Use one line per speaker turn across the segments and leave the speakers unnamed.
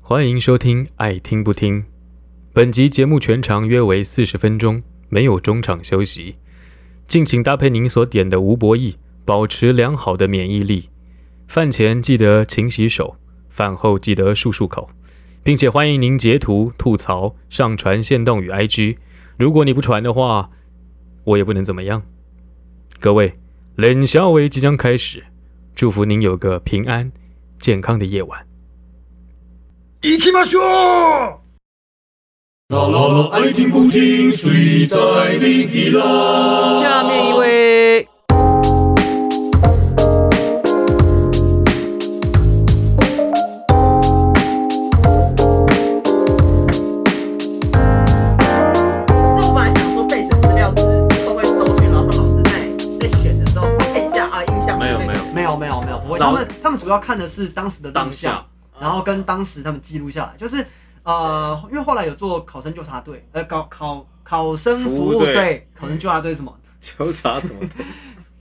欢迎收听《爱听不听》。本集节目全长约为四十分钟，没有中场休息。敬请搭配您所点的无博弈，保持良好的免疫力。饭前记得勤洗手，饭后记得漱漱口，并且欢迎您截图吐槽，上传线动与 IG。如果你不传的话，我也不能怎么样。各位，冷小伟即将开始，祝福您有个平安健康的夜晚。
行きましょう
啦啦啦，爱听不听，谁在另一啦？
下面一位，
那我本来想说备审资料是会不会搜寻，然后老师在在选的时候看一下啊，印象
没有
那个
没有，
没有没有没有，不会，
老
他们他们主要看的是当时的
当
当下
下，
然后跟当时他们记录下来，就是呃，因为后来有做考生纠察队，呃，考考考生
服
服
务
务
队
队，考生纠察队是什么？
纠察什 么？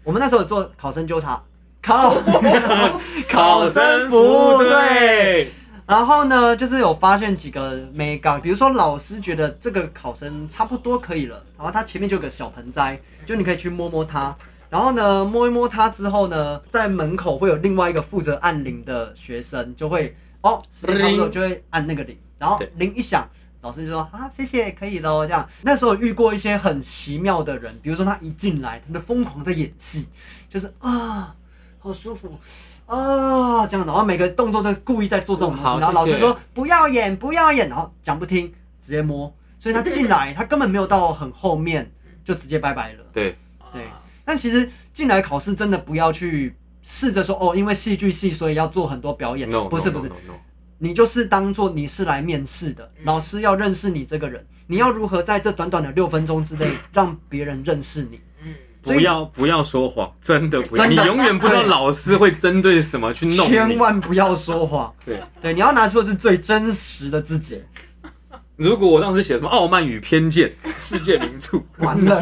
我们那时候有做考生纠察，考 考生服务队。
对，
然后呢，就是有发现几个美感，比如说老师觉得这个考生差不多可以了，然后他前面就有个小盆栽，就你可以去摸摸它。然后呢，摸一摸它之后呢，在门口会有另外一个负责按铃的学生，就会哦，时间差不多就会按那个铃，然后
对
铃一响，老师就说啊，谢谢，可以喽。这样，那时候遇过一些很奇妙的人，比如说他一进来，他就疯狂的演戏，就是啊，好舒服。啊，这样，然后每个动作都故意在做这种
嗯
东
好
西，然后老
谢
师
谢
说不要演，不要演，然后讲不听，直接摸，所以他进来，他根本没有到很后面，就直接拜拜了。
对，
对，但其实进来考试真的不要去试着说哦，因为戏剧系所以要做很多表演
no，
不是不是
no，no，no，no，
你就是当做你是来面试的，
嗯
老师要认识你这个人，你要如何在这短短的六分钟之内让别人认识你？
嗯，
不要不要说谎，真的不要，你
真的
永远不知道老师会针对什么去弄
千
你。
万不要说谎，
对，
对，你要拿出的是最真实的自己。
如果我当时写什么傲慢与偏 见、世界名著，
完 了，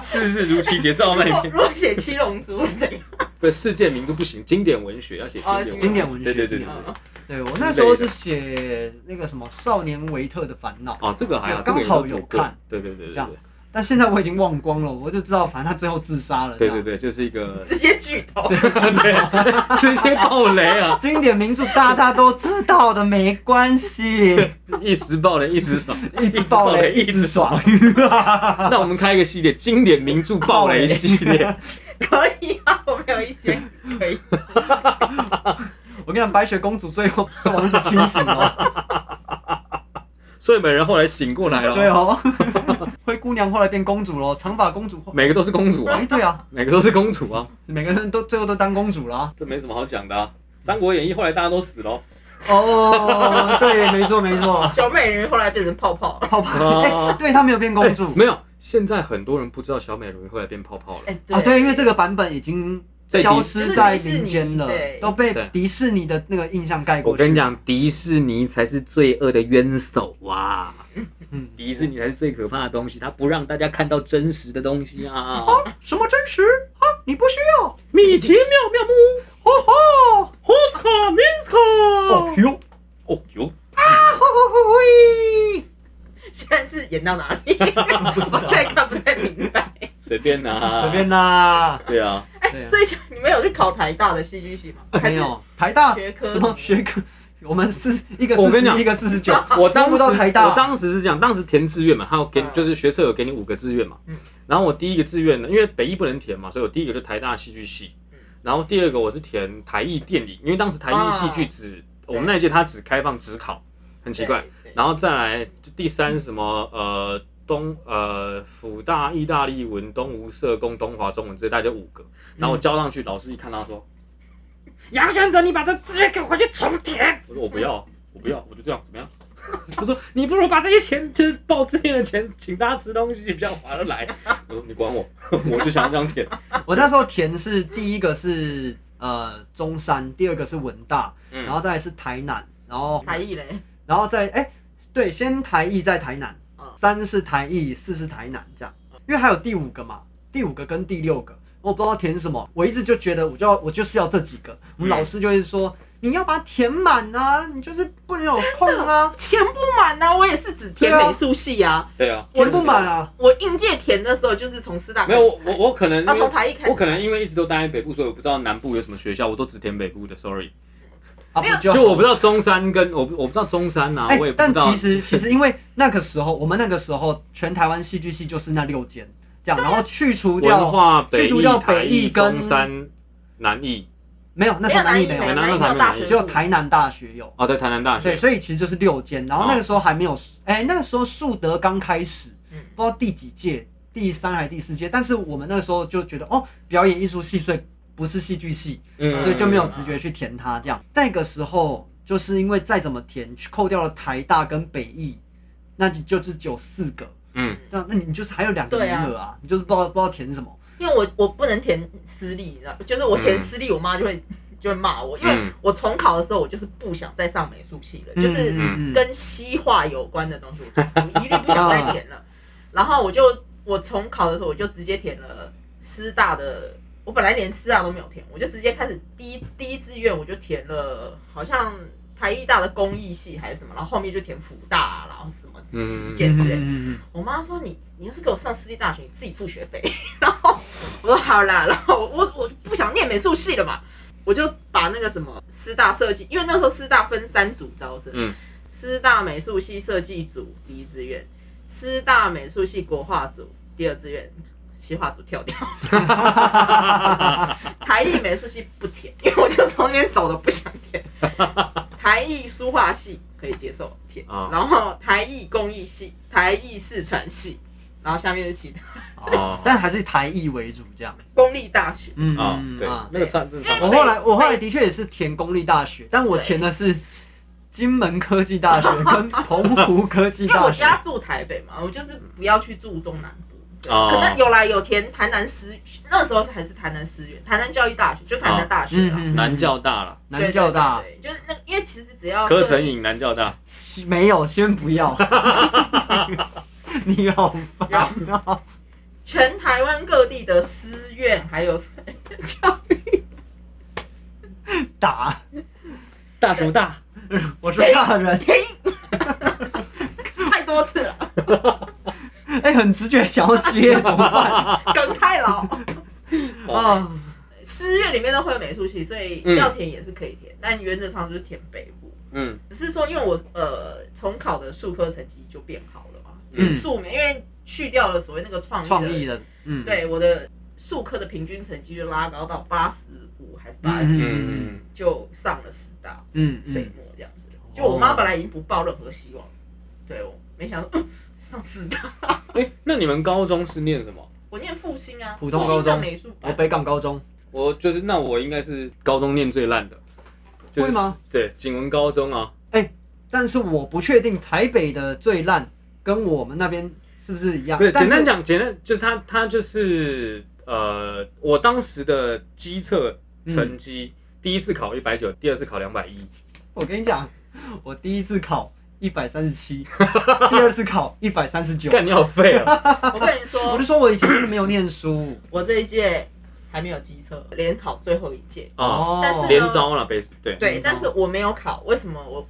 世事如其节是傲慢与
如果
偏
如果写七龙珠会怎样？
不是世界名著不行，经典文学要啊写
哦
经典
经典文
对对
学
对对
经典
对。
对我那时候是写那个什么《少年维特的烦恼》，
哦，这个还好，
对
这个也
刚好
都
有
读过
看。
对对对对
这样
对
但现在我已经忘光了，我就知道，反正他最后自杀了。
对
这
对
样，
对，就是一个
直接剧 透，
直接爆雷啊！
经典名著大家都知道的，没关 系，
一时爆雷，一时 爽，
一直爆雷一直爽。。
那我们开一个系列，经典名著爆雷系列。
可以啊，我没有意见，可以。
我跟你讲，白雪公主最后被王子清 醒了，
所以本人后来醒过来了，
对，哦， 灰姑娘后来变公主了，长发公主。
每个都是公主啊
哎，，对啊，
每个都是公主啊，
每个人都最后都当公主了啊。
这没什么好讲的啊。《三国演义》后来大家都死 了
哦，对，没错没错，
小美人鱼后来变成泡泡，
泡泡，哎，
啊，
对她没有变公主
哎没有。现在很多人不知道小美人鱼后来变泡泡了，
哎，
啊，对，因为这个版本已经
被迪
消失在民间了
就是迪士尼对，
都被
对
迪士尼的那个印象盖过
我
去。
跟你，讲，迪士尼才是罪恶的冤首啊！
嗯，
迪士尼才是最可怕的东西，它不让大家看到真实的东西啊！
什么真实啊？你不需要。
米奇妙妙屋，
哦吼，
h o s k a m i n s k a
哦哟，
哦哟，
吼吼吼喂！
现在是演到哪 里？我现在看不太明白。
随便拿，
随便。啦。
对啊，
对呃
哎，所以你们有去考台大的戏剧系吗？还
没
是
有台大
学科
什么学科？我们四一个
我
四
跟你讲
十一个四十九，
我当
摸不
时
到台大
我当时是这样，当时填志愿嘛，他有给你
嗯
就是学测有给你五个志愿嘛，
嗯
然后我第一个志愿呢，因为北艺不能填嘛，所以我第一个就台大戏剧系，
嗯
然后第二个我是填台艺电影，因为当时台
啊
艺戏剧只、我们那一届它只开放只考，很奇怪，。
对对
然后再来就第三是什么呃东呃辅大意大利文、东吴社工、东华中文这大概就五个，然后
嗯
我交上去，老师一看他说，
杨玄哲，你把这志愿给我回去重 填。
我说我不要，我不要，我就这样怎么样？
他说，你不如把这些钱，就是报志愿的钱，
请大家吃东西比较划得来。我说你管我， 我就想这样舔。
我那时候填是第一个是呃中山，第二个是文大，
嗯
然后再来是台南，然后
台艺嘞，
然后再哎、对，先台艺再台南
嗯
哦，
三是台艺，四是台南这样，因为还有第五个嘛，第五个跟
嗯
第六个，我不知道填什么，我一直就觉得我就要我就是要这几个，我们老师就会说。你要把它填满啊，你就是不能有空 啊，
填不满呢、我也是只填
对啊
美术系啊。
对啊，
填不满啊。
我应届填的时候就是从师大
没有我我我可能因
啊，
为
从台一开始，
我可能因为一直都待在北部，所以我不知道南部有什么学校，我都只填北部的。Sorry，
啊，
没有
不就
就我不
知
知道中山跟我不我不知道中山呐、
哎
我也，不
但
知道。
其 实其实因为那个时候，我们那个时候全台湾戏剧系就是那六间这样，然后去除
啊文
掉
化北
去除
艺、
掉
台
北艺
艺、
跟
中山、南艺。
没有那时候南艺没
没
南
有，
有
南
艺
艺
没有
有大学
只有台南大学有。
哦，对，台南大
对，
学。
所以其实就是六间，然后那个时候还没有，哎、那个时候树德刚开始，
嗯
不知道第几届，第三还是第四届，但是我们那个时候就觉得，哦，表演艺术系，所以不是戏剧系，
嗯
所以就没有直觉去填它这样。那个时候就是因为再怎么填，扣掉了台大跟北艺，那你就只有四个，
嗯，
那那你就是还有两个名额啊，你就是不知道不知道填什么。
因为我我不能填私立，你知道，就是我填私立，我妈就会 就会骂我，因为
嗯
我重考的时候，我就是不想再上美术系了，就是
嗯嗯嗯
跟西化有关的东西，我就我一律不想再填 了。然后我就我重考的时候，我就直接填了师大的，我本来连师大都没有填，我就直接开始第一第一志愿我就填了，好像台艺大的工艺系还是什么，然后后面就填福大，啊然后什么
嗯
职建之类的。
嗯
我妈说你你要是给我上私立大学，你自己付学费。 然后我说好啦，然后我我我就不想念美术系了嘛，我就把那个什么师大设计，因为那时候师大分三组招生，
嗯，
师大美术系设计组第一志愿，师大美术系国画组第二志愿，西画组跳掉，
哦
台艺美术系不填，因为我就从那边走了，不想填。台艺书画系可以接受填，
啊
然后台艺工艺系、台艺视传系，然后下面是其他
哦，
但还是台艺为主这样。
公立大学。
嗯
哦，
嗯
对
啊，
那个差真的差不
我
多。
后来我后来的确也是填公立大学，但我填的是金门科技 大学跟澎湖科技
因为我
大学。
家住台北嘛，我就是不要去住中南部。对
哦
可能有来有填台南师，那时候还是台南师院，台南教育大学，就台南大学啦。
嗯
南教大了，
对
南教大
对对对就是那个，因为其实只要
柯成颖南教大，
没有，先 不要。 你好烦
然
哦！
全台湾各地的师院，还有 教育，
打，
大什么大？
我是大人，
太多次了，
哎、很直觉想要接，怎么办
梗太老。
哦
啊？
师院里面都会有美术系，所以
嗯
要填也是可以填，但原则上就是填北部。
嗯
只是说，因为我呃重考的数科成绩就变好了嘛，就是
嗯
素描，因为去掉了所谓那个创意
创意
的，
的，嗯，
对我的数科的平均成绩就拉高到八十五还是八十
嗯
几，
嗯
就上了师大
嗯
水
嗯，
墨这样子。就我妈本来已经不抱任何希望，对我没想到、嗯上师大，
嗯。哎，那你们高中是念什么？
我念复兴啊，
普通
复兴
高中
的美术
我
班，
北港高中，
我就是，那我应该是高中念最烂的。就是
会吗？
对，景文高中啊，
但是我不确定台北的最烂跟我们那边是不是一样。
不是，
但
简
是
单讲，简单就是他，他就是呃，我当时的机测成绩，第一次考一百九，第二次考两百一，
我跟你讲，我第一次考一百三十七，第二次考一百三十九。
干你好废啊！
我跟你 说
我就，说我以前真的没有念书
我这一届还没有机测，联考最后一届，
啊，
哦
但是
连招了，北对
对，
嗯
但是我没有考，为什么我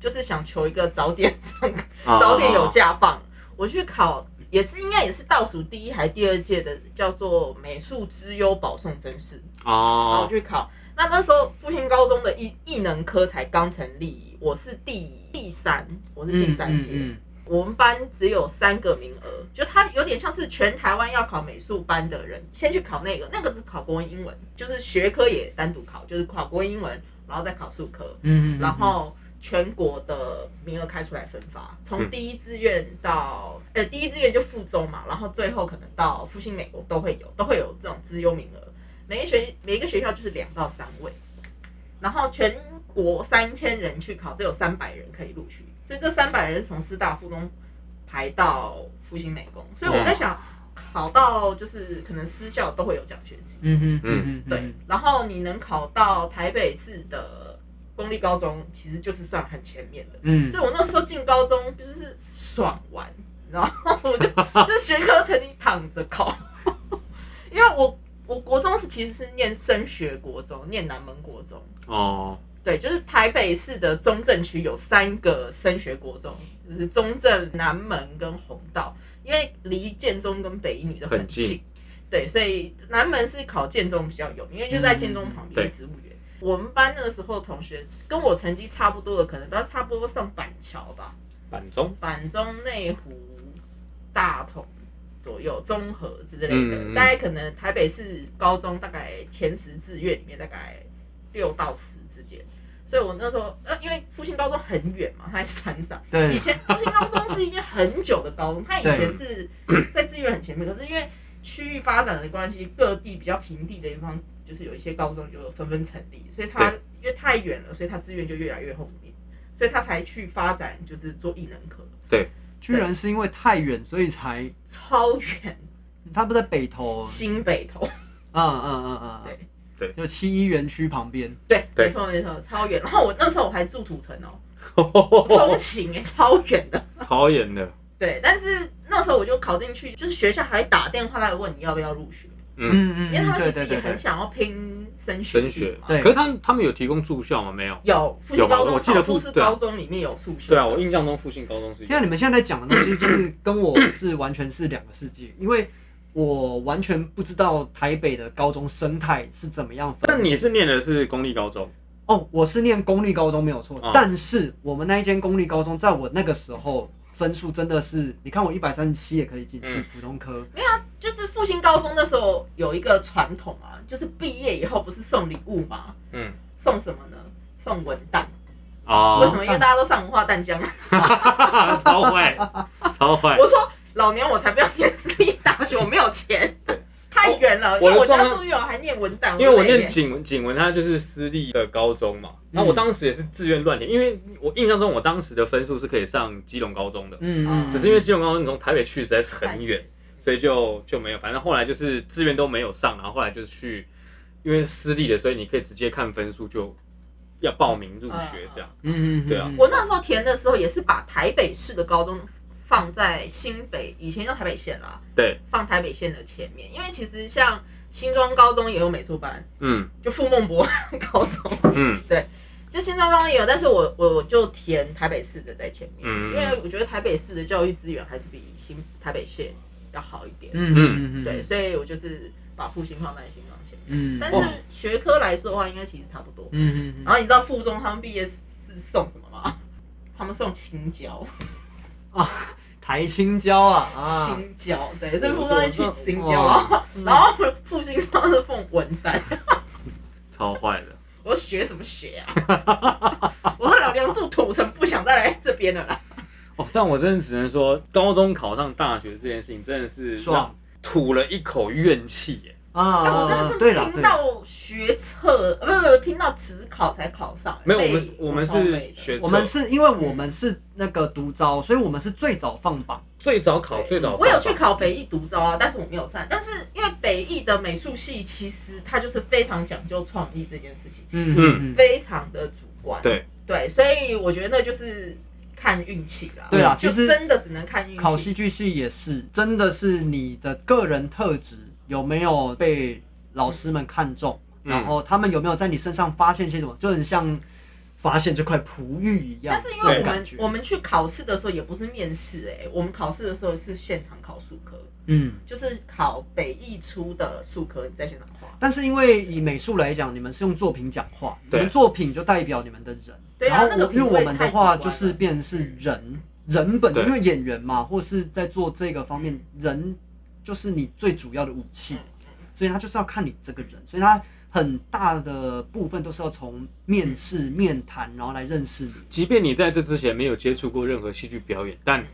就是想求一个早点上，
哦
啊
早点有假放，我去考也是应该也是倒数第一还第二届的叫做美术之优保送真试，然后
哦
我，去考。那那时候复兴高中的艺艺能科才刚成立，我是第第三，我是第三届。
嗯嗯
我们班只有三个名额，就它有点像是全台湾要考美术班的人先去考那个，那个只考国文英文，就是学科也单独考，就是考国文英文，然后再考数科，
嗯嗯嗯
然后全国的名额开出来分发，从
嗯
第一志愿到呃第一志愿就附中嘛，然后最后可能到复兴美国都会有，都会有这种资优名额，每一学每一个学校就是两到三位，然后全国三千人去考，只有三百人可以录取，所以这三百人是从师大附中排到复兴美工，所以我在想，考到就是可能私校都会有奖学金。
嗯嗯嗯，
对，然后你能考到台北市的公立高中，其实就是算很前面的。
嗯，
所以我那时候进高中就是爽玩，然后我就 就学科成绩躺着考， 因为我我国中是其实是念升学国中，念南门国中，
哦，
对，就是台北市的中正区有三个升学国中，就是中正、南门跟红道，因为离建中跟北一女都很
很近
对，所以南门是考建中比较有名，因为就在建中旁边的
嗯对
植物园。我们班那个时候同学跟我成绩差不多的，可能都要差不多上板桥吧，
板中
板中、内湖、大同左右、综合之类的，
嗯嗯
大概可能台北市高中大概前十志愿里面大概六到十之间。所以我那时候，呃，因为复兴高中很远嘛，它在山上。以
对
前复兴高中是一间很久的高中，它以前是 在志愿很前面，可是因为区域发展的关系，各地比较平地的地方，就是有一些高中就纷纷成立，所以它因为太远了，所以它志愿就越来越后面，所以它才去发展就是做艺能科，
居然是因为太远，所以才
超远
他不在北投，
新北投，
嗯嗯嗯嗯，
对
对
就七一园区旁边，
对，
对
没错没错，超远。然后我那时候我还住土城哦， 通勤哎、超远的。
哦超严的，
对，但是那时候我就考进去，就是学校还打电话来问你要不要入学，
嗯嗯，
因为他们
对
其实
对
也
对
很
对，
想要拼升学
升
率
学
嘛。
对
可是他他们有提供住校吗？没有。
有复
有
兴
吗
高中，
我记得
少数
复
是
对啊
高中里面有复学。
对啊，我印象中复兴高中是有
天啊，你们现在在讲的东西，就是跟我是完全是两个世界，因为我完全不知道台北的高中生态是怎么样分。
但你是念的是公立高中，
哦，我是念公立高中没有错，
哦
但是我们那一间公立高中，在我那个时候分数真的是，你看我一百三十七也可以进去
嗯
普通科，
就是复兴高中那时候有一个传统啊，就是毕业以后不是送礼物吗？
嗯，
送什么呢？送文旦。为什
哦，
么？因为大家都上文化淡江。 啊
超 坏，超坏。
我说老娘我才不要念私立大学，我没有 钱，太远了。因
我
为
的
我家
状况
住院，我还念文旦，
因为我
累
念
耶
景文，景文它就是私立的高中嘛，
嗯
那我当时也是志愿乱填，因为我印象中我当时的分数是可以上基隆高中的，
嗯
嗯
嗯，
只是因为基隆高中从台北去实在是很远，所以就就没有，反正后来就是志愿都没有上，然后后来就去，因为私立的，所以你可以直接看分数就要报名入学这样，
嗯嗯，嗯
对啊
我那时候填的时候也是把台北市的高中放在新北，以前叫台北县
嗯
啦，
对，
放台北县的前面，因为其实像新庄高中也有美术班，
嗯
就傅孟博 高中，
嗯
就新庄高中也有，但是我我我就填台北市的在前面，
嗯
因为我觉得台北市的教育资源还是比新台北县要好一点，
嗯嗯嗯，
对，，所以我就是把复兴放在新庄前面，
嗯
但
哦
是学科来说的话，应该其实差不多。
嗯嗯嗯
然后你知道附中他们毕业是送什么吗？他们送青椒。
嗯台青椒啊啊，
青椒，对，所以
我
附中一
我
群
知
青
哇嗯
椒，啊然后复兴高是奉文旦，
超坏的，
我学什么学 啊？我说老娘住土城，不想再来这边了啦。
哦，但我真的只能说，高中考上大学这件事情真的是
爽
吐了一口怨气耶，
啊啊，
但我真
啊
的是
对了
听
对啦，
到学测，呃不不不，听到职考才考上。
没有，我
被
们我们
超累
是
的
学测
我们是因为我们是那个独招，所以我们是最早放榜，
最早考最早，
我有去，考北艺独招啊，但是我没有上。但是因为北艺的美术系其实它就是非常讲究创意这件事情，
嗯
嗯
嗯嗯，
非常的主观。
对
对，所以我觉得那就是看运气啦。
对啦
就
其实
真的只能看运气。
考戏剧系也是，真的是你的个人特质有没有被老师们看中，
嗯
然后他们有没有在你身上发现些什么，就很像发现这块璞玉一样
但
这
是因
种
为我
感
们
觉。
我们去考试的时候也不是面试哎、我们考试的时候是现场考数科，
嗯，
就是考北艺出的数科，你在现场画。
但是因为以美术来讲，你们是用作品讲话，你
对
们作品就代表你们的人，
对啊
然后我、
那个品
因为
味
我们
太
的
主
话
观
就
了
是变成是人人本，
对
因为演员嘛，或是在做这个方面，人就是你最主要的武器。所以他就是要看你这个人，所以他很大的部分都是要从面试、面谈，然后来认识你。
即便你在这之前没有接触过任何戏剧表演，但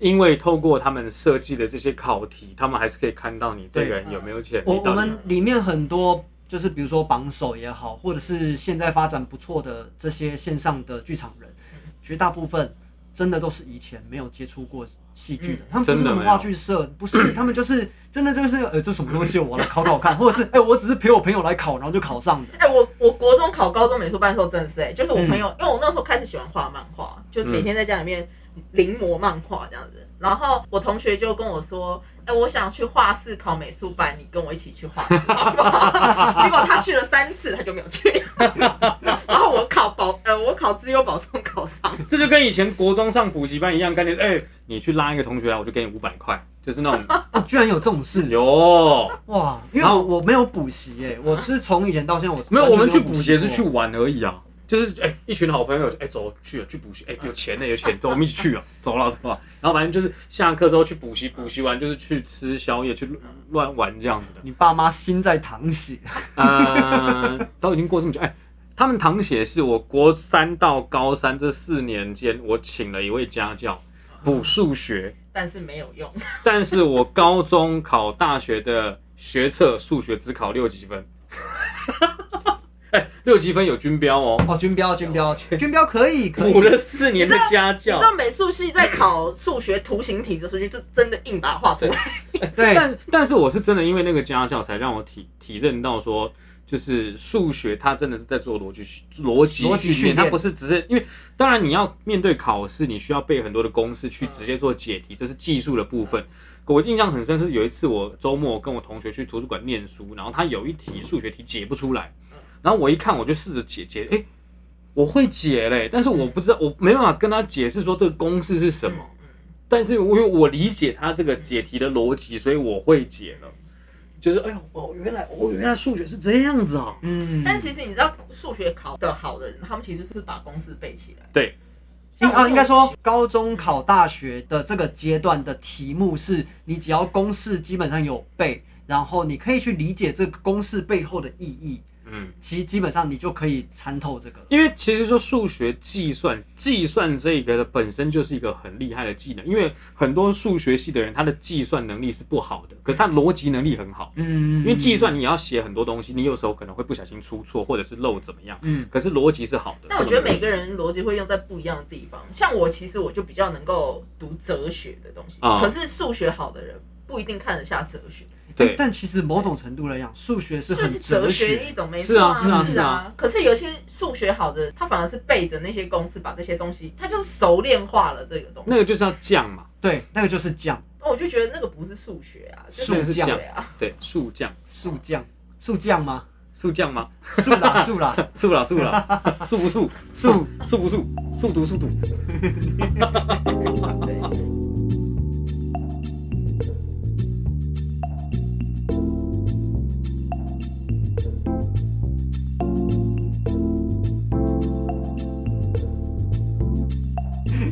因为透过他们设计的这些考题，他们还是可以看到你这个人有没有潜力。
我
到底
我们里面很多就是比如说榜首也好，或者是现在发展不错的这些线上的剧场人，绝大部分真的都是以前没有接触过戏剧的，他们不是
真的
什么
没有
话剧社，不 是，他们就是真的就是呃这什么东西我来考考看，或者是哎、我只是陪我朋友来考，然后就考上的。
哎、我我国中考高中美术班的时候真的是哎、就是我朋友，因为我那时候开始喜欢画漫画，就每天在家里面临摹漫画这样子。然后我同学就跟我说：“哎、我想去画室考美术班，你跟我一起去画室好不好？” 结果他去了三次，他就没有去。 然后我考保呃，我考资优保送考上，
这就跟以前国中上补习班一样概念。哎、你去拉一个同学来，我就给你五百块，就是那种
哦，居然有这种事
有
哇！因为
然后
我我没有补习耶，我是从以前到现在我
没有？我们去补习
习
是去玩而已啊，就是哎、一群好朋友，哎、走去了去补习，哎、有钱的有钱，走我们一起去啊，走了走了。然后反正就是下课之后去补习，补习完就是去吃宵夜，去乱玩这样子的。
你爸妈心在淌血，
呃，都已经过这么久，哎、他们淌血是我国三到高三这四年间，我请了一位家教补数学，
但是没有用。
但是我高中考大学的学测数学只考六级分， 哎、六级分有军标哦，
哦，军标军标军标可以可 以
补，了四年的家
你
教
知。道美术系在考数学图形题的时候，就就真的硬把它画出来。
对，
但但是我是真的因为那个家教，才让我体体认到说，就是数学它真的是在做逻辑逻辑
逻
训练，
辑训练
它不是只是因为当然你要面对考试，你需要背很多的公式去直接做解题，这是技术的部分。我印象很深是有一次我周末跟我同学去图书馆念书，然后他有一题数学题解不出来，然后我一看我就试着解解，诶，我会解嘞，但是我不知道我没办法跟他解释说这个公式是什么。
嗯
但是因为我理解他这个解题的逻辑，所以我会解了。就是哎呦哦，原来哦，原来数学是这样子啊！
嗯，
但其实你知道，数学考得好的人，他们其实是把公式背起来。
对，
应
像我
啊，应该说高中考大学的这个阶段的题目是，你只要公式基本上有背，然后你可以去理解这个公式背后的意义，
嗯，
其实基本上你就可以参透这个了。
因为其实说数学计算，计算这个的本身就是一个很厉害的技能，因为很多数学系的人他的计算能力是不好的，可是他逻辑能力很好。
嗯，
因为计算你要写很多东西，你有时候可能会不小心出错，或者是漏怎么样。
嗯，
可是逻辑是好的。
但我觉得
这没
每个人逻辑会用在不一样的地方。像我，其实我就比较能够读哲学的东西，
啊
可是数学好的人不一定看得下哲学。
对
但其实某种程度来讲，数学是
所以
很
是
哲
哲学的一种，没
是
错
啊是
是
啊是
是
啊。
可是有些数学好的，他反而是背着那些公式，把这些东西，他就是熟练化了这个东西。
那个就是要降嘛，
对，那个就是酱，
那我就觉得那个不是数学啊，就
那
是
个是
数降
降
对，啊，
对，速降，
速酱，速酱吗？
速降吗？
速 啦，速啦，
速了速 了，速不速？
速。
速不速？速读速读。
对。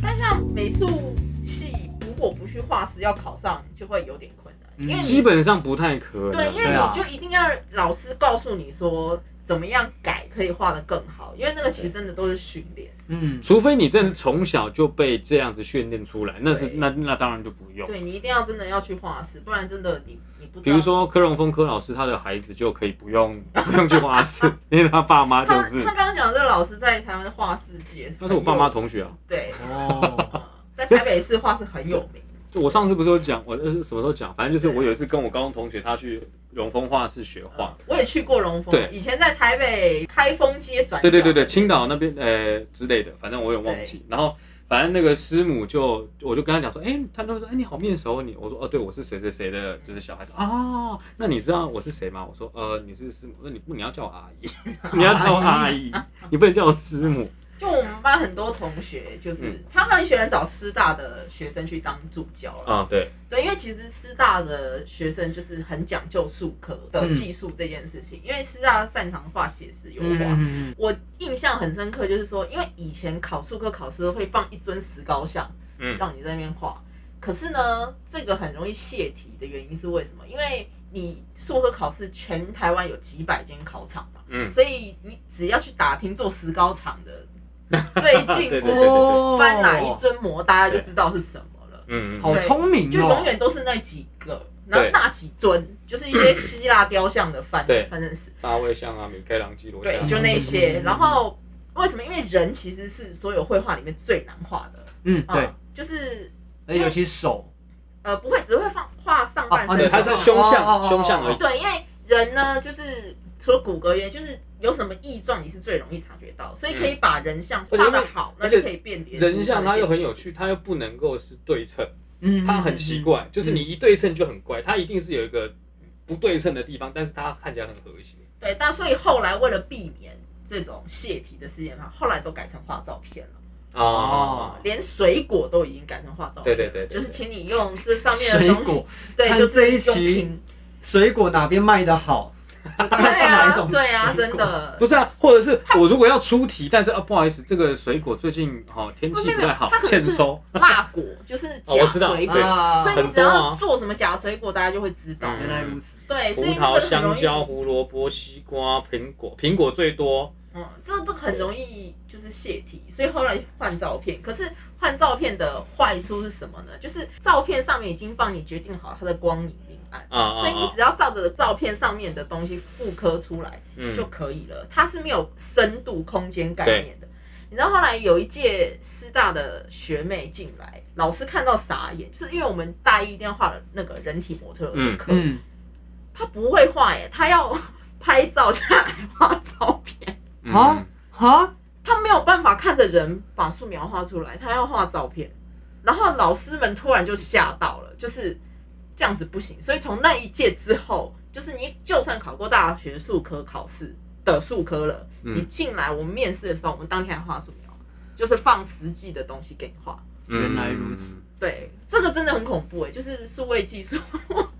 但像美术系，如果不去画室要考上，就会有点困难，因为
基
你
本上不太可能。
对，因为
对啊
你就一定要老师告诉你说怎么样改可以画得更好，因为那个其实真的都是训练。
嗯，
除非你真的是从小就被这样子训练出来，那是
对
那那当然就不用。
对你一定要真的要去画室，不然真的你你不知
比
道。
如说柯荣峰柯老师，他的孩子就可以不用 不用去花市， 因为他爸妈就
他
是
他，刚刚讲的这个老师在台湾画室界，
那是我爸妈同学啊。
对，
哦，
嗯在台北市画室很有名。
就我上次不是有讲，我呃什么时候讲？反正就是我有一次跟我高中同学，他去永丰画室学画
嗯。我也去过龙
对
峰，以前在台北开封街转角。
对对对对，青岛那边呃之类的，反正我有点忘
对
记。然后反正那个师母就，我就跟他讲说，哎、他都说，哎、你好面熟哦你。我说，哦，对，我是谁谁谁的，就是小孩子。哦，那你知道我是谁吗？我说，呃，你是师母，那你不你要叫我阿姨， 你要叫我阿 姨，你不能叫我师母。
就我们班很多同学，就是、
嗯
他们很喜欢找师大的学生去当助教了。
啊、对，
对，因为其实师大的学生就是很讲究术科的
嗯
技术这件事情，因为师大擅长画写实油画。
嗯，
我印象很深刻，就是说，因为以前考术科考试会放一尊石膏像，
嗯
让你在那边画。可是呢，这个很容易泄题的原因是为什么？因为你术科考试全台湾有几百间考场嘛，
嗯，
所以你只要去打听做石膏厂的 最近
对对对
是
哦
翻哪一尊模，大家就知道是什么了。
嗯，
好聪明哦，
就永远都是那几个，然后那几尊就是一 些希腊雕像的范
对，
反正是
大卫像啊，米开朗基罗
对，
像啊，
就那些。
嗯
然后为什么？因为人其实是所有绘画里面最难画的，
嗯
啊
对，，
就是
而且尤其手，
呃不会只会放画上半
对，
身
哦哦
的
你
时
他
候，
说
是胸
哦哦
像
哦
胸像而已。
对，因为人呢就是除了骨骼原因，就是有什么异状你是最容易察觉到，所以可以把人像画的好，
嗯而
那
且
就可以辨别出
人像
它
它
的
又
健
很有趣，它又不能够是对称，
嗯
它很奇怪，就是你一对称就很怪，它一定是有一个不对称的地方，但是它看起来很和谐。
对，但所以后来为了避免这种泄题的事件嘛，后来都改成画照片了，
哦
连水果都已经改成画照
对
片了。
对对对对
就是请你用这上面的
水
东西，
果
对，
看
就是
这一
用
期
拼。
水果哪边卖的好，大
对
概是哪一
啊
种，
对啊，
水
真
果。
的
不。是啊，或者是我如果要出题，但是啊，不好意思，这个水果最近哦天气不太好
没有没有它，可
欠
能是
收。
辣果就是
哦，我
假
知道，
水
对，
果，所以
很
你只
多
要
啊，嗯
做什么假水果，大家就会知道。
原来如此，
对，
葡
所以那
萄、
个很
香
容易，
蕉、胡萝卜、西瓜、苹果，苹果最多。
嗯，这这个很容易就是泄题，所以后来换照片。可是换照片的坏处是什么呢？就是照片上面已经帮你决定好它的光影明暗，
啊啊啊
所以你只要照着照片上面的东西复刻出来
嗯
就可以了，它是没有深度空间概念的。你知道后来有一届师大的学妹进来，老师看到傻眼，就是因为我们大一一定要画那个人体模特的课，
嗯，
他不会画耶，他要 拍照下来画照片，
啊哈，
他没有办法看着人把素描画出来，他要画照片。然后老师们突然就吓到了，就是这样子不行。所以从那一届之后，就是你就算考过大学数科考试的数科了，
嗯
你进来我们面试的时候，我们当天还画素描，就是放实际的东西给你画。
嗯
原来如此。
对，这个真的很恐怖哎，就是数位技术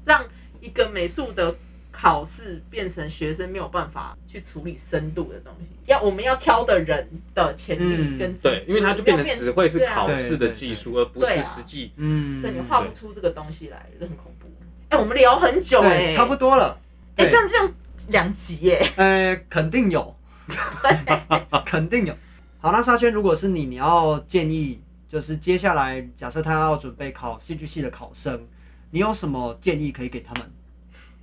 让一个美术的考试变成学生没有办法去处理深度的东西，要我们要挑的人的潜力
嗯
跟自
对，
己、
因为它就变成只会是
对啊
考试的技术，而不
对
是
啊
实际。
嗯，
对你画不出这个东西来，这很恐怖。哎、我们聊很久哎、
对，差不多了。
哎、
对
这样这样两集耶，
嗯
呃，肯定有， 肯定有。好，那沙宣，如果是你，你要建议，就是接下来假设他要准备考戏剧系的考生，你有什么建议可以给他们？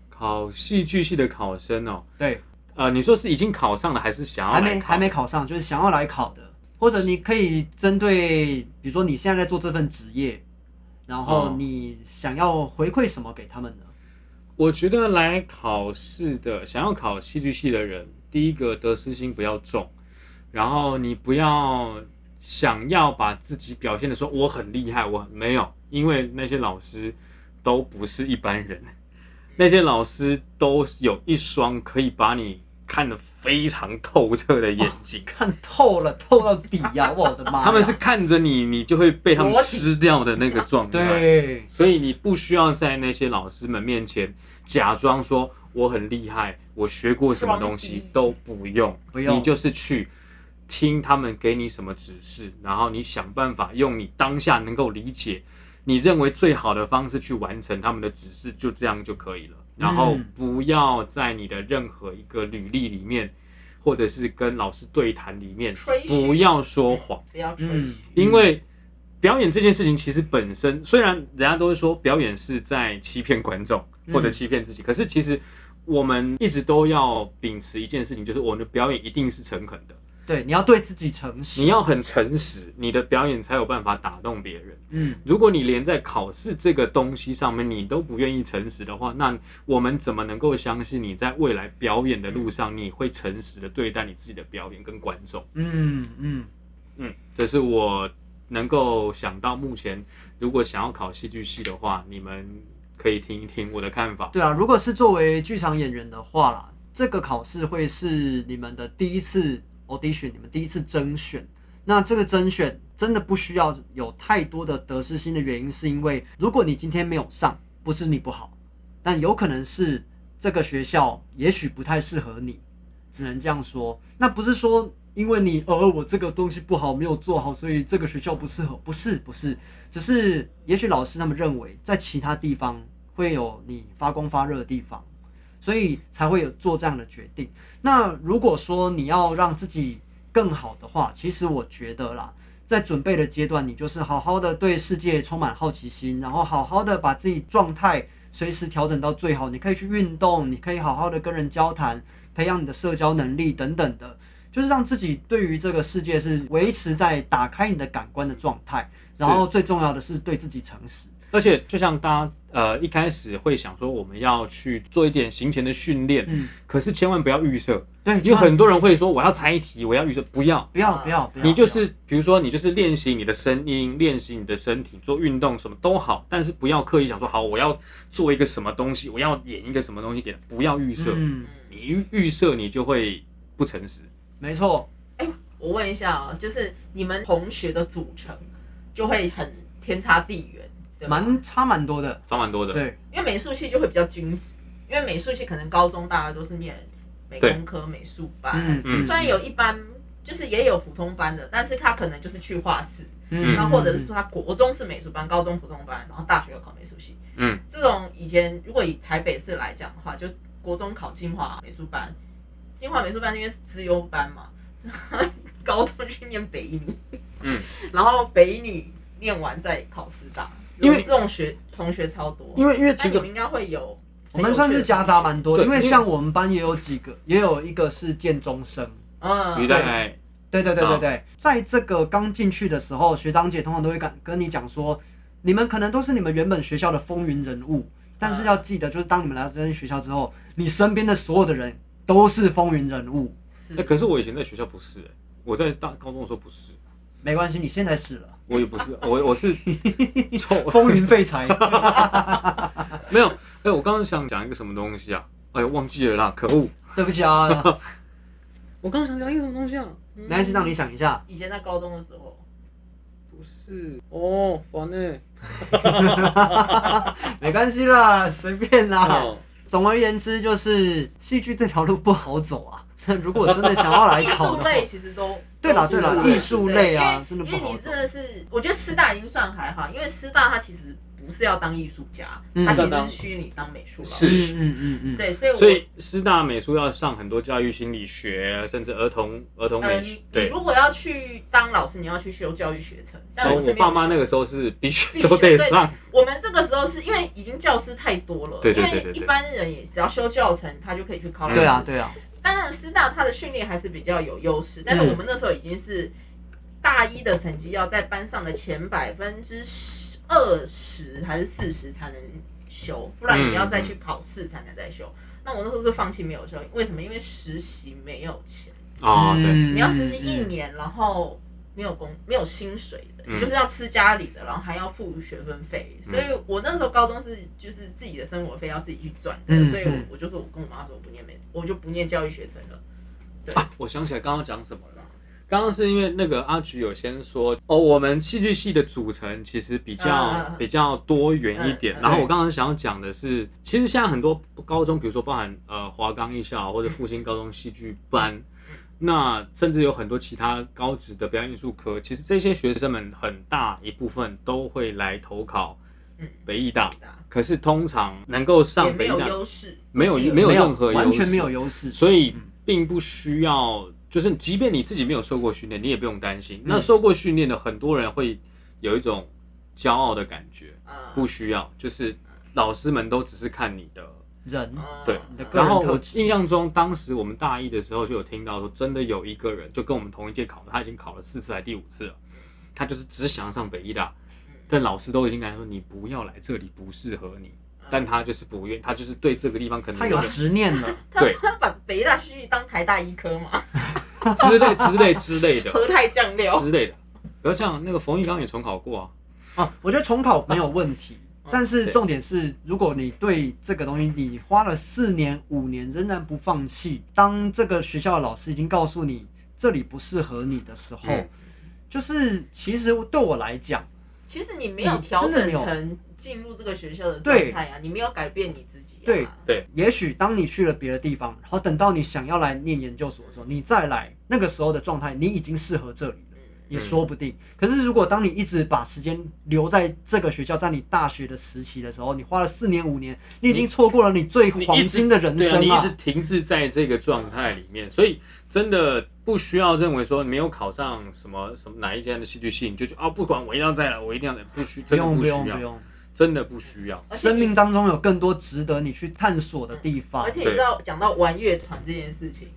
考戏剧系的考生哦，
对，
呃，你说是已经考上了，还是想要
还
来
没
考
还没考上，就是想要来考的，或者你可以针对，比如说你现在在做这份职业，然后
哦
你想要回馈什么给他们呢？
我觉得来考试的，想要考戏剧系的人，第一个得失心不要重，然后你不要想要把自己表现的说我很厉害，我很没有，因为那些老师都不是一般人，那些老师都有一双可以把你看得非常透彻的眼睛。
看透了，透到底呀、我的哦妈呀！
他们是看着你，你就会被他们
裸体
吃掉的那个状态。
对，
所以你不需要在那些老师们面前假装说我很厉害，我学过什么东
装
西
逼
都不用，
不用
你就是去听他们给你什么指示，然后你想办法用你当下能够理解、你认为最好的方式去完成他们的指示，就这样就可以了。然后不要在你的任何一个履历里面，或者是跟老师对谈里面
吹，嘘
不要说谎。
不要吹
嗯
嘘。，
因为表演这件事情其实本身，虽然人家都会说表演是在欺骗观众
嗯
或者欺骗自己，可是其实我们一直都要秉持一件事情，就是我们的表演一定是诚恳的，
对，你要对自己诚实。
你要很诚实，你的表演才有办法打动别人。
嗯，
如果你连在考试这个东西上面你都不愿意诚实的话，那我们怎么能够相信你在未来表演的路上你会诚实的对待你自己的表演跟观众？
嗯嗯，
嗯，这是我能够想到目前，如果想要考戏剧系的话，你们可以听一听我的看法。
对啊，如果是作为剧场演员的话啦，这个考试会是你们的第一次 audition，你们第一次甄选。那这个甄选真的不需要有太多的得失心的原因，是因为如果你今天没有上，不是你不好，但有可能是这个学校也许不太适合你，只能这样说。那不是说因为你呃我这个东西不好没有做好，所以这个学校不适合，不是不是，只是也许老师他们认为在其他地方会有你发光发热的地方，所以才会有做这样的决定。那如果说你要让自己更好的话，其实我觉得啦，在准备的阶段，你就是好好的对世界充满好奇心，然后好好的把自己状态随时调整到最好。你可以去运动，你可以好好的跟人交谈，培养你的社交能力等等的，就是让自己对于这个世界是维持在打开你的感官的状态。然后最重要的是对自己诚实。
而且就像大家呃一开始会想说我们要去做一点行前的训练，
嗯
可是千万不要预设，
对，
因为
就
很多人会说我要猜题，我要预设，不要。
不要不要不要，
你就是，比如说，你就是练习你的声音，练习你的身体，做运动什么都好，但是不要刻意想说，好，我要做一个什么东西，我要演一个什么东西给他，不要预设。
嗯，
你预预设，你就会不诚实。
没错，
我问一下哦，就是你们同学的组成就会很天差地远，对吗？
蛮差蛮多的，
差蛮多的。
对，
因为美术系就会比较均值，因为美术系可能高中大家都是念美工科、美术班，
嗯
虽然有一般就是也有普通班的，但是他可能就是去画室，
嗯
然后或者是说他国中是美术班，高中普通班，然后大学又考美术系。
嗯，
这种以前如果以台北市来讲的话，就国中考清华美术班，清华美术班因为是资优班嘛， 高中去念北一女，
嗯，
然后北一女念完再考师大，
因为
有这种学同学超多，
因为因为
那
其
你
实
们应该会有，
我们算是夹杂蛮多的，
对
因为
因为
像我们班也有几个，也有一个是建中生。
嗯，
你大概
对对对对
啊
对，在这个刚进去的时候，学长姐通常都会跟跟你讲说，你们可能都是你们原本学校的风云人物，但是要记得，就是当你们来到这间学校之后，你身边的所有的人都是风云人物。
是
哎、可是我以前在学校不是、欸，我在大高中的时候不是，
没关系，你现在是了，
我也不 是，我我是臭
风云废柴。
没有。哎、我刚刚想讲一个什么东西啊？哎呦，忘记了啦，可恶！
对不起啊，
我刚想聊一个什么东西啊？
没关系，让你想一下。
以前在高中的时候，
不是哦，烦呢、欸。
没关系啦，随便啦。
哦
总而言之，就是戏剧这条路不好走啊。 那如果真的想要来
艺
考
术
的话，
类其实都
对啦
都是
对啦
出来
艺术类啊
对
真的
因
不
为
好
因为你
找
真的是，我觉得师大已经算还好，因为师大它其实不是要当艺术家，
嗯
它其实是虚拟当美术老师。
是
嗯嗯嗯嗯，
对，所以我
所以师大美术要上很多教育心理学，甚至儿童儿童
呃，
美学
你。你
对，
如果要去当老师，你要去修教育学程。但
然后
我
哦
是
我
没有
爸妈
修
那个时候是必须
必
都
修
得
对
上，
我们这个时候是因为已经教师太多了，
对对对对
因为
对
一般人也只要修教程，他就可以去考老师。
对啊，对啊，
当然师大他的训练还是比较有优势，但
嗯
是我们那时候已经是大一的成绩要在班上的前百分之二十还是四十才能修，不然你要再去考试才能再修。
嗯
那我那时候是放弃没有修，为什么？因为实习没有钱，
啊、对，
嗯
你要实习一年，然后没有工没有薪水的，
嗯
就是要吃家里的，然后还要付学分费。
嗯
所以我那时候高中是就是自己的生活费要自己去赚的，
嗯
所以我
嗯
我就说我跟我妈说我不念美，我就不念教育学程了。
啊，我想起来刚刚讲什么了啦。刚刚是因为那个阿菊有先说哦，我们戏剧系的组成其实比较、
嗯嗯嗯
比较多元一点。
嗯嗯
然后我刚刚想要讲的是，其实现在很多高中，比如说包含呃华冈艺校或者复兴高中戏剧班，那甚至有很多其他高职的表演艺术科，其实这些学生们很大一部分都会来投考
嗯
北艺大，
对啊
可是通常能够
也
上
没
北艺
有
大，
优势，
没有
也
没有
没
任何优势
完全没有优势，
所以并不需要，就是即便你自己没有受过训练，你也不用担
嗯
心。那受过训练的很多人会有一种骄傲的感觉，
呃
嗯
不需要，就是老师们都只是看你的。
人
呃
对
你的个人
然后
特
我
质
印象中，当时我们大一的时候就有听到说，真的有一个人就跟我们同一届考的，他已经考了四次还第五次了，他就是只想要上北医大，
嗯
但老师都已经跟他说你不要来这里，不适合你，
啊
但他就是不愿，他就是对这个地方可能
他
有
有
点
执念 了，
对
他把北大戏剧当台大医科嘛，
之类之类之类的，
和泰酱
哎
料。
之类的。不要这样，那个冯玉刚也重考过啊。
哦，我觉得重考没有问题，
哦
但是
对
重点是，如果你对这个东西你花了四年五年仍然不放弃，当这个学校的老师已经告诉你这里不适合你的时候，
嗯
就是其实对我来讲，
其实你没有调整成进入这个学校的状态啊，你没有改变你自己、啊。
对
对
也许当你去了别的地方，然后等到你想要来念研究所的时候，你再来那个时候的状态，你已经适合这里
嗯
了，
嗯
也说不定。可是如果当你一直把时间留在这个学校，在你大学的时期的时候，你花了四年五年，你已经错过了你最
你
黄
一直
金的人
对啊，
生
你一直
啊！
停滞在这个状态里面，所以真的不需要认为说你没有考上什么什么哪一间的戏剧系，你就觉得哦，不管我一定要再来，我一定要来，不需
不
真的
用
不
不
需
用不
要，
用，
真的不需要。
而且
生命当中有更多值得你去探索的地方
而。且你知道，讲到玩乐团这件事情，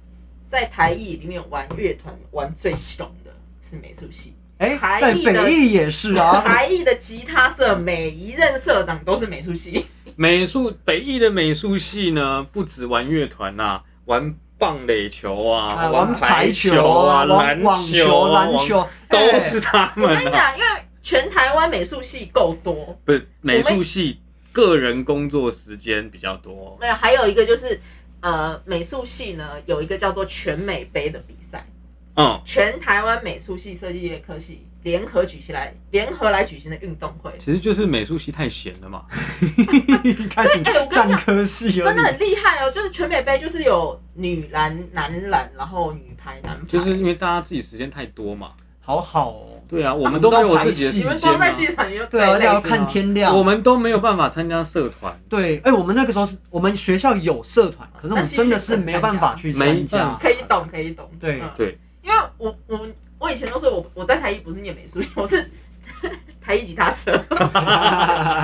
在台艺里面玩乐团玩最凶的是美术系，
哎、
台
在
艺的
北艺也 是啊，
台艺的吉他社每一任社长都是美术 系，
美术北艺的美术系呢，不止玩乐团呐，玩棒垒球啊，
哎玩
排
排
啊，
啊，
篮
网网
球、
球、
啊、
篮球
都
哎
是他
我跟
们
你
啊。
讲，因为全台湾美术系够多，
不是美术系个人工作时间比较多，
没有还有一个就是呃，美术系呢有一个叫做全美杯的比赛，
嗯，
全台湾美术系设计业科系联合举起来，联合来举行的运动会，
其实就是美术系太闲了嘛。
开始
所以哎我跟你讲
占科系而
真的
已。
很厉害哦！就是全美杯就是有女篮、男篮，然后女排、男排，
就是因为大家自己时间太多嘛。
好好哦，
对啊，我们都没有自己的时
你
间、
们光在剧
啊，
场也就
对啊，而且要
累死了
看天亮。
我们都没有办法参加社团，
对，哎、我们那个时候是我们学校有社团，可是我们真的是没有办法去
没
参
办
加
法。
可以懂，可以懂。
对
嗯
对，
因为我我我以前都说我我在台艺不是念美术，我是 台艺吉他社，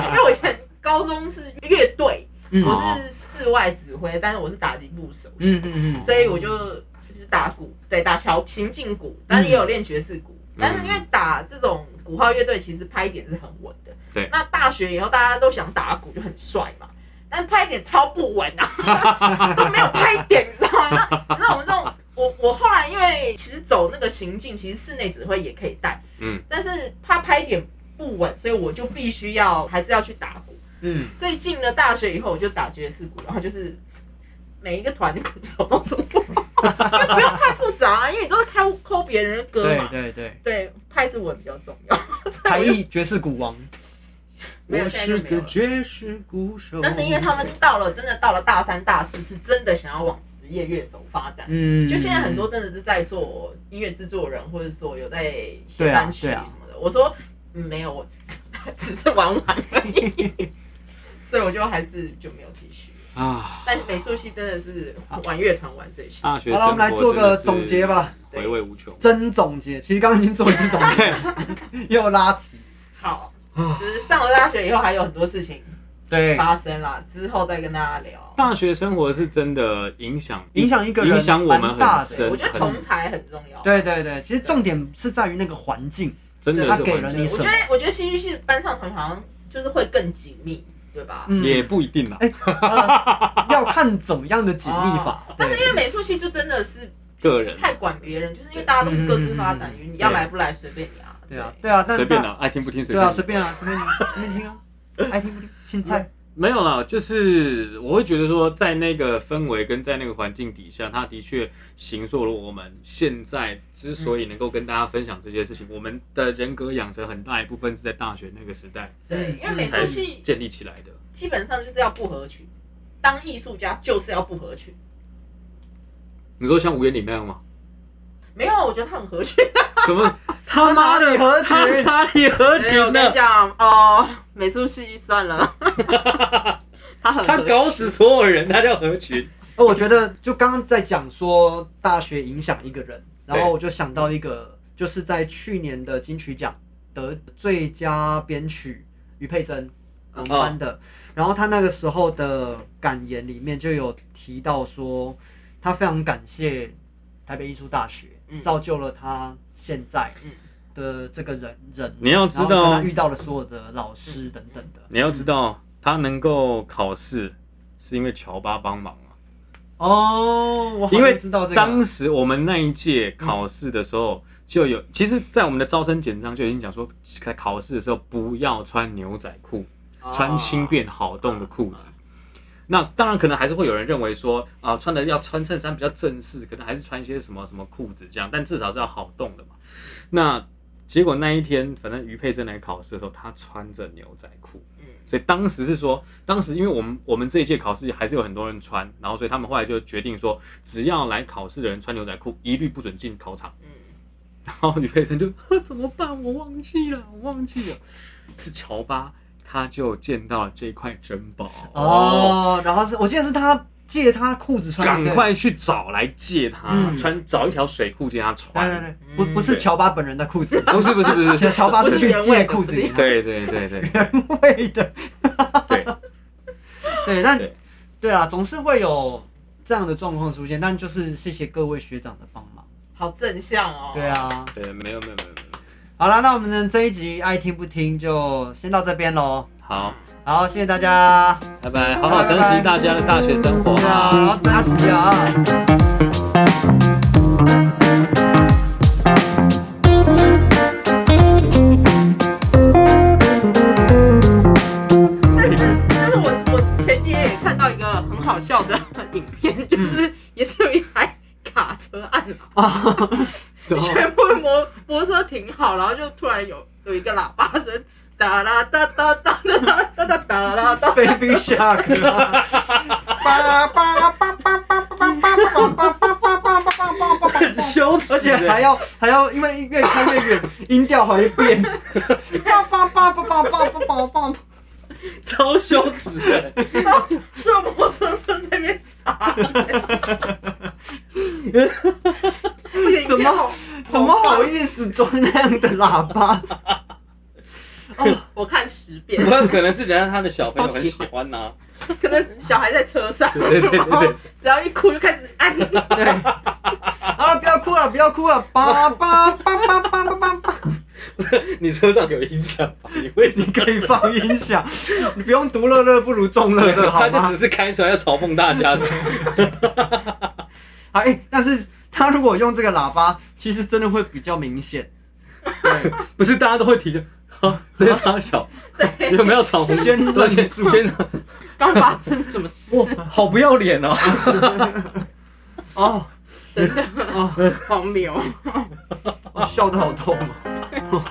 因为我以前高中是乐队，
嗯
我是室外指挥，但是我是打击部手，
嗯嗯嗯，
所以我就就是打鼓，对，打小行进鼓，但是也有练爵士鼓。
嗯
但是因为打这种鼓号乐队，其实拍点是很稳的。
对
那大学以后大家都想打鼓，就很帅嘛。但拍点超不稳啊， 都没有拍点，你知道吗？那你知道我们这种，我我后来因为其实走那个行进，其实室内指挥也可以带，
嗯，
但是怕拍点不稳，所以我就必须要还是要去打鼓。
嗯，
所以进了大学以后，我就打爵士鼓，然后就是每一个团的鼓手都是我， 因为不要太复杂、啊，因为你都是抠抠别人的歌
对
嘛。
对对，
对，拍子稳比较重要。
台艺爵士鼓王，
没有
我
现在
是
就没有
个
了
爵士鼓手。
但是因为他们到了真的到了大三大四，是真的想要往职业乐手发展。
嗯，
就现在很多真的是在做音乐制作人，或者说有在写
对啊
单曲
对
什
啊
么的。我说、嗯没有，我只是玩玩而已， 所以我就还是就没有继续。
啊，
但美术系真的是玩乐团玩最凶。
大学生
好了，我们来做个总结，吧，
对
回味无穷。
真总结。其实刚刚已经做一次总结，又拉题。
好，就是上了大学以后还有很多事情
啊对，
发生啦，之后再跟大家聊。
大学生活是真的影响
影响一个人
影响我们
蛮大
很
的
深，
欸我觉得
很
同才很重要。
对对对，其实重点是在于那个环境。
真的
他
是
给
环
了
境
你
我
什
觉
么
得？我觉得戏剧系班上同学好像就是会更紧密，对吧？
嗯
也不一定啦，
呃要看怎么样的紧密法。
哦但是因为美术系就真的是
个人
太管别人，就是因为大家都是各自发
嗯
展，你要来不来随便你啊。
对啊，对啊，但
随便啦，爱听不听随
对啊，随
便。
便啊，随便你，随便听啊，爱听不听，青菜。
没有啦，就是我会觉得说，在那个氛围跟在那个环境底下，他的确形塑了我们现在之所以能够跟大家分享这些事情，我们的人格养成很大一部分是在大学那个时代
嗯
对，因为美
才
术系
建立起来的。
基本上就是要不合群，当艺术家就是要不合群。
你说像吴元礼那样吗？
没有，啊我觉得他很合群。
什么他妈
哪
的
里合群
他哪里合
没有哎我
群
跟
呢
你？讲哦，美术系 算了，他很
他搞死所有人，他叫合 群。
哦，我觉得就刚刚在讲说大学影响一个人，然
对
后我就想到一个，就是在去年的金曲奖得最佳编曲，余佩珍，我们班的。然后他那个时候的感言里面就有提到说，他非常感谢台北艺术大学，
嗯
造就了他现在
嗯
的这个人人。
你要知
然后跟
道
他，遇到了所有的老师等等的。
你要知道，他能够考试是因为乔巴帮忙啊。
哦，我好像
因为
知道这个
当时我们那一届考试的时候，就有，其实，在我们的招生简章就已经讲说，在考试的时候不要穿牛仔裤，
哦
穿轻
哦
便好动的裤子。那当然，可能还是会有人认为说，啊、穿的要穿衬衫比较正式，可能还是穿一些什么什么裤子这样，但至少是要好动的嘛。那结果那一天，反正于佩珍来考试的时候，她穿着牛仔裤，
嗯
所以当时是说，当时因为我们我们这一届考试还是有很多人穿，然后所以他们后来就决定说，只要来考试的人穿牛仔裤，一律不准进考场。
嗯，
然后于佩珍就 呵怎么办？我忘记了，我忘记了，是乔巴，他就见到了这块珍宝，
哦，然后是我记得是他借他裤子穿，
赶
对不对
快去找来借他、
嗯
穿，找一条水裤借他穿。
对对对，不不是乔巴本人的裤子，
不是不是不是
是乔巴
嗯不是
去
原味
借
的
裤子给他，
对对对对
原味的，
对，
对，但
对
对啊，总是会有这样的状况出现，但就是谢谢各位学长的帮忙，
好正向哦。
对，啊，
对，没有没有没有没有，
好啦，那我们的这一集爱听不听就先到这边喽。
好，
好，谢谢大家，啊
拜拜，好好珍惜大家的大学生
嗯
活。啊
好，大家。
但是但是我我前几天也看到一个很好笑的影片，就是
嗯
也是有一台卡车按喇叭，
哦
全部摩摩托车停好，然后就突然有有一个喇叭声。哒啦哒哒哒哒哒哒哒啦 哒，
Baby Shark，啊
叭叭叭叭叭叭叭叭叭叭叭叭叭叭叭。
羞耻欸
而且还要还要，因为越开越远，音调还会变。
叭叭叭叭叭叭叭叭。
超羞耻的，
然后是我摩托车在那边傻，
怎么
好？
怎么好意思装那样的喇叭？
我看十遍
不，过可能是人家他的小朋友很喜欢呐、
可能小孩在车上，
对对对
然后只要一哭就开始 按。
对，好了，不要哭了，不要哭了，叭叭叭叭叭叭叭叭，
你车上有音响吧，你为什么
可以放音响，你不用独乐乐不如众乐乐，好
他就
吗
只？是开出来要嘲讽大家的，
好，哎、但是他如果用这个喇叭，其实真的会比较明显。对，
不是大家都会提 的。好，这是差 小，
对，
有没有闯红
先
灯？而且先
刚发生什么事？
哇，好不要脸哦！
哦，
真的
哦，
荒谬。
我笑得好痛哦。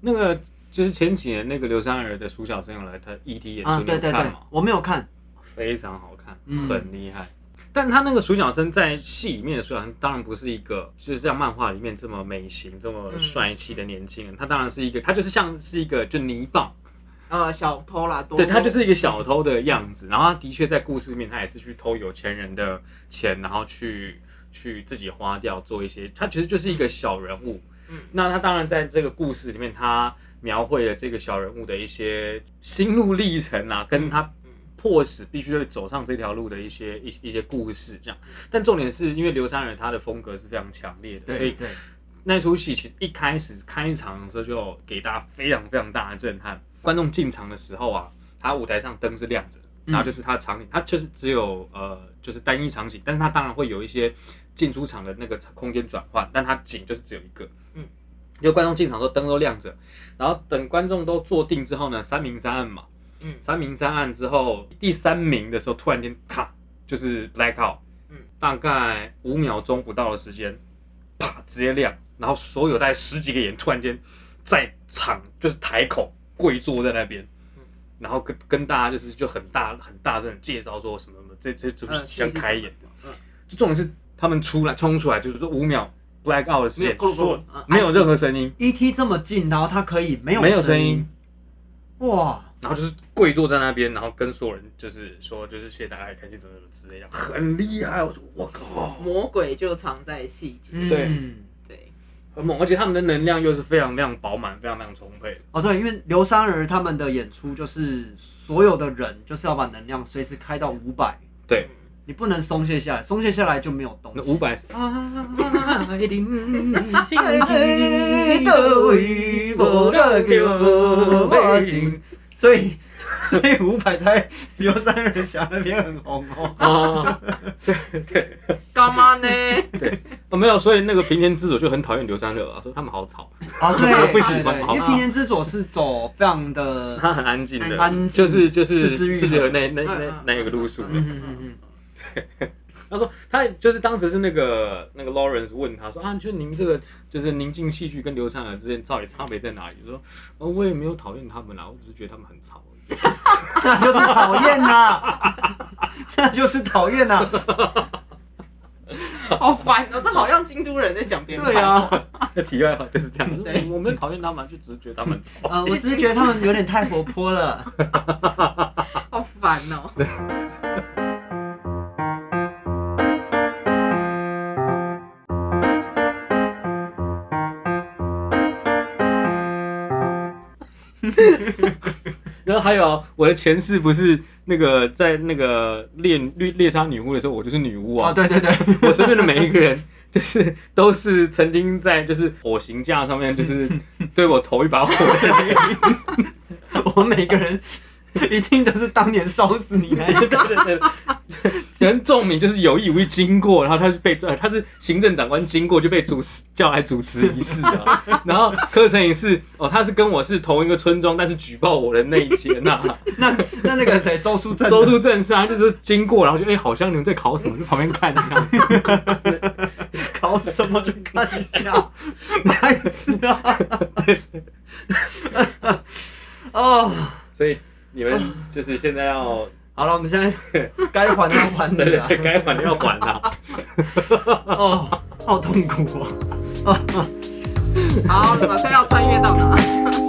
那个就是前几年那个刘珊儿的苏小生有来他 ET 演
啊，
出，你
对
有
对
看
对
吗？，
我没有看，
非常好看，
嗯
很厉害。但他那个鼠小生在戏里面的鼠小生，当然不是一个就是像漫画里面这么美型、这么帅气的年轻人。他当然是一个，他就是像是一个就泥棒，
呃，小偷啦，多嗯
对他就是一个小偷的样子。然后他的确在故事里面，他也是去偷有钱人的钱，然后去去自己花掉，做一些。他其实就是一个小人物。
嗯
那他当然在这个故事里面，他描绘了这个小人物的一些心路历程啊，跟他
嗯
迫使必须要走上这条路的一些一一些故事这样。但重点是因为刘三人他的风格是非常强烈的，所
对
以
对，
那出戏其实一开始开场的时候就给大家非常非常大的震撼。观众进场的时候啊，他舞台上灯是亮着的，
嗯
然后就是他场景，他就是只有呃就是单一场景，但是他当然会有一些进出场的那个空间转换，但他景就是只有一个。
嗯，
就观众进场的时候灯都亮着，然后等观众都坐定之后呢，三明三暗嘛，
嗯
三明三暗之后，第三名的时候突然间咔就是 black out，
嗯
大概五秒钟不到的时间，啪直接亮，然后所有大概十几个人突然间在场就是台口跪坐在那边
嗯，
然后跟跟大家就是就很大很大声地介绍说什么什么这这这部
嗯
戏即将开演，，
嗯，
就重点是他们出来冲出来就是说五秒 black out 的时
没有
间，
咕噜咕噜
所有
嗯
没有任何声音，
E.T. 这么近，然后它可以没有
没有声
声
音
音，，哇，
然后就是跪坐在那边，然后跟所有人就是说就是谢谢大家开心怎么怎么之类的，很厉害，我说我靠。
魔鬼就藏在细节。
对
嗯
对，
很猛，而且他们的能量又是非常非常饱满、非常非常充沛的。
哦，对，因为刘三儿他们的演出就是所有的人就是要把能量随时开到五百，
对
你不能松懈下来，松懈下来就没有东
那
西。
五百
爱的雨不得给我进所以所以五百在刘三儿侠那边很红哦。
啊，对
干嘛呢？
嗯
对， 哦没有，所以那个平田之佐就很讨厌刘三柳啊，说他们好吵，
啊，对，
不喜欢
对对
好
因为平田之佐是走非常 的，
他很安静的，
安静
就是就是
四肢愈合
四肢愈合那那
嗯
那
嗯
那一个路数的。
嗯嗯嗯
他说他就是当时是那个那个 Lawrence 问他说啊，就您这个就是宁静戏剧跟刘三柳之间到底差别在哪里？我说哦，我也没有讨厌他们啦，我只是觉得他们很吵。
嗯，那就是讨厌 呐，那就是讨厌呐，
嗯
好烦哦，这好像京都人在讲别人。
对， 啊。
那题外话就是这样，我
对
说我没有讨厌他们，就只是觉得他们很吵。
呃，我只是觉得他们有点太活泼了。
好烦哦。
然后还有啊我的前世不是那个在那个猎猎猎杀女巫的时候，我就是女巫啊。
哦，对对对，
我身边的每一个人，就是都是曾经在就是火刑架上面， 就是对我投一把火的那个人。
我们每个人一定都是当年烧死你那一
对对 对，人仲明就是有意无意经过，然后他是被抓，他是行政长官经过就被主持叫来主持仪式啊。 然后柯晨也是哦，他是跟我是同一个村庄，但是举报我的那一天呐、
那那那个谁，周书正，
周树正是他就是经过，然后就哎、好像你们在考什么，就旁边看一下。
搞什么就看一下，白痴啊！ 哦，
所以你们就是现在要
好了，我们现在该还的要还
对
的
对
了
对，。该还的要还啊。
哦，好痛苦哦。
好，马上要穿越到哪？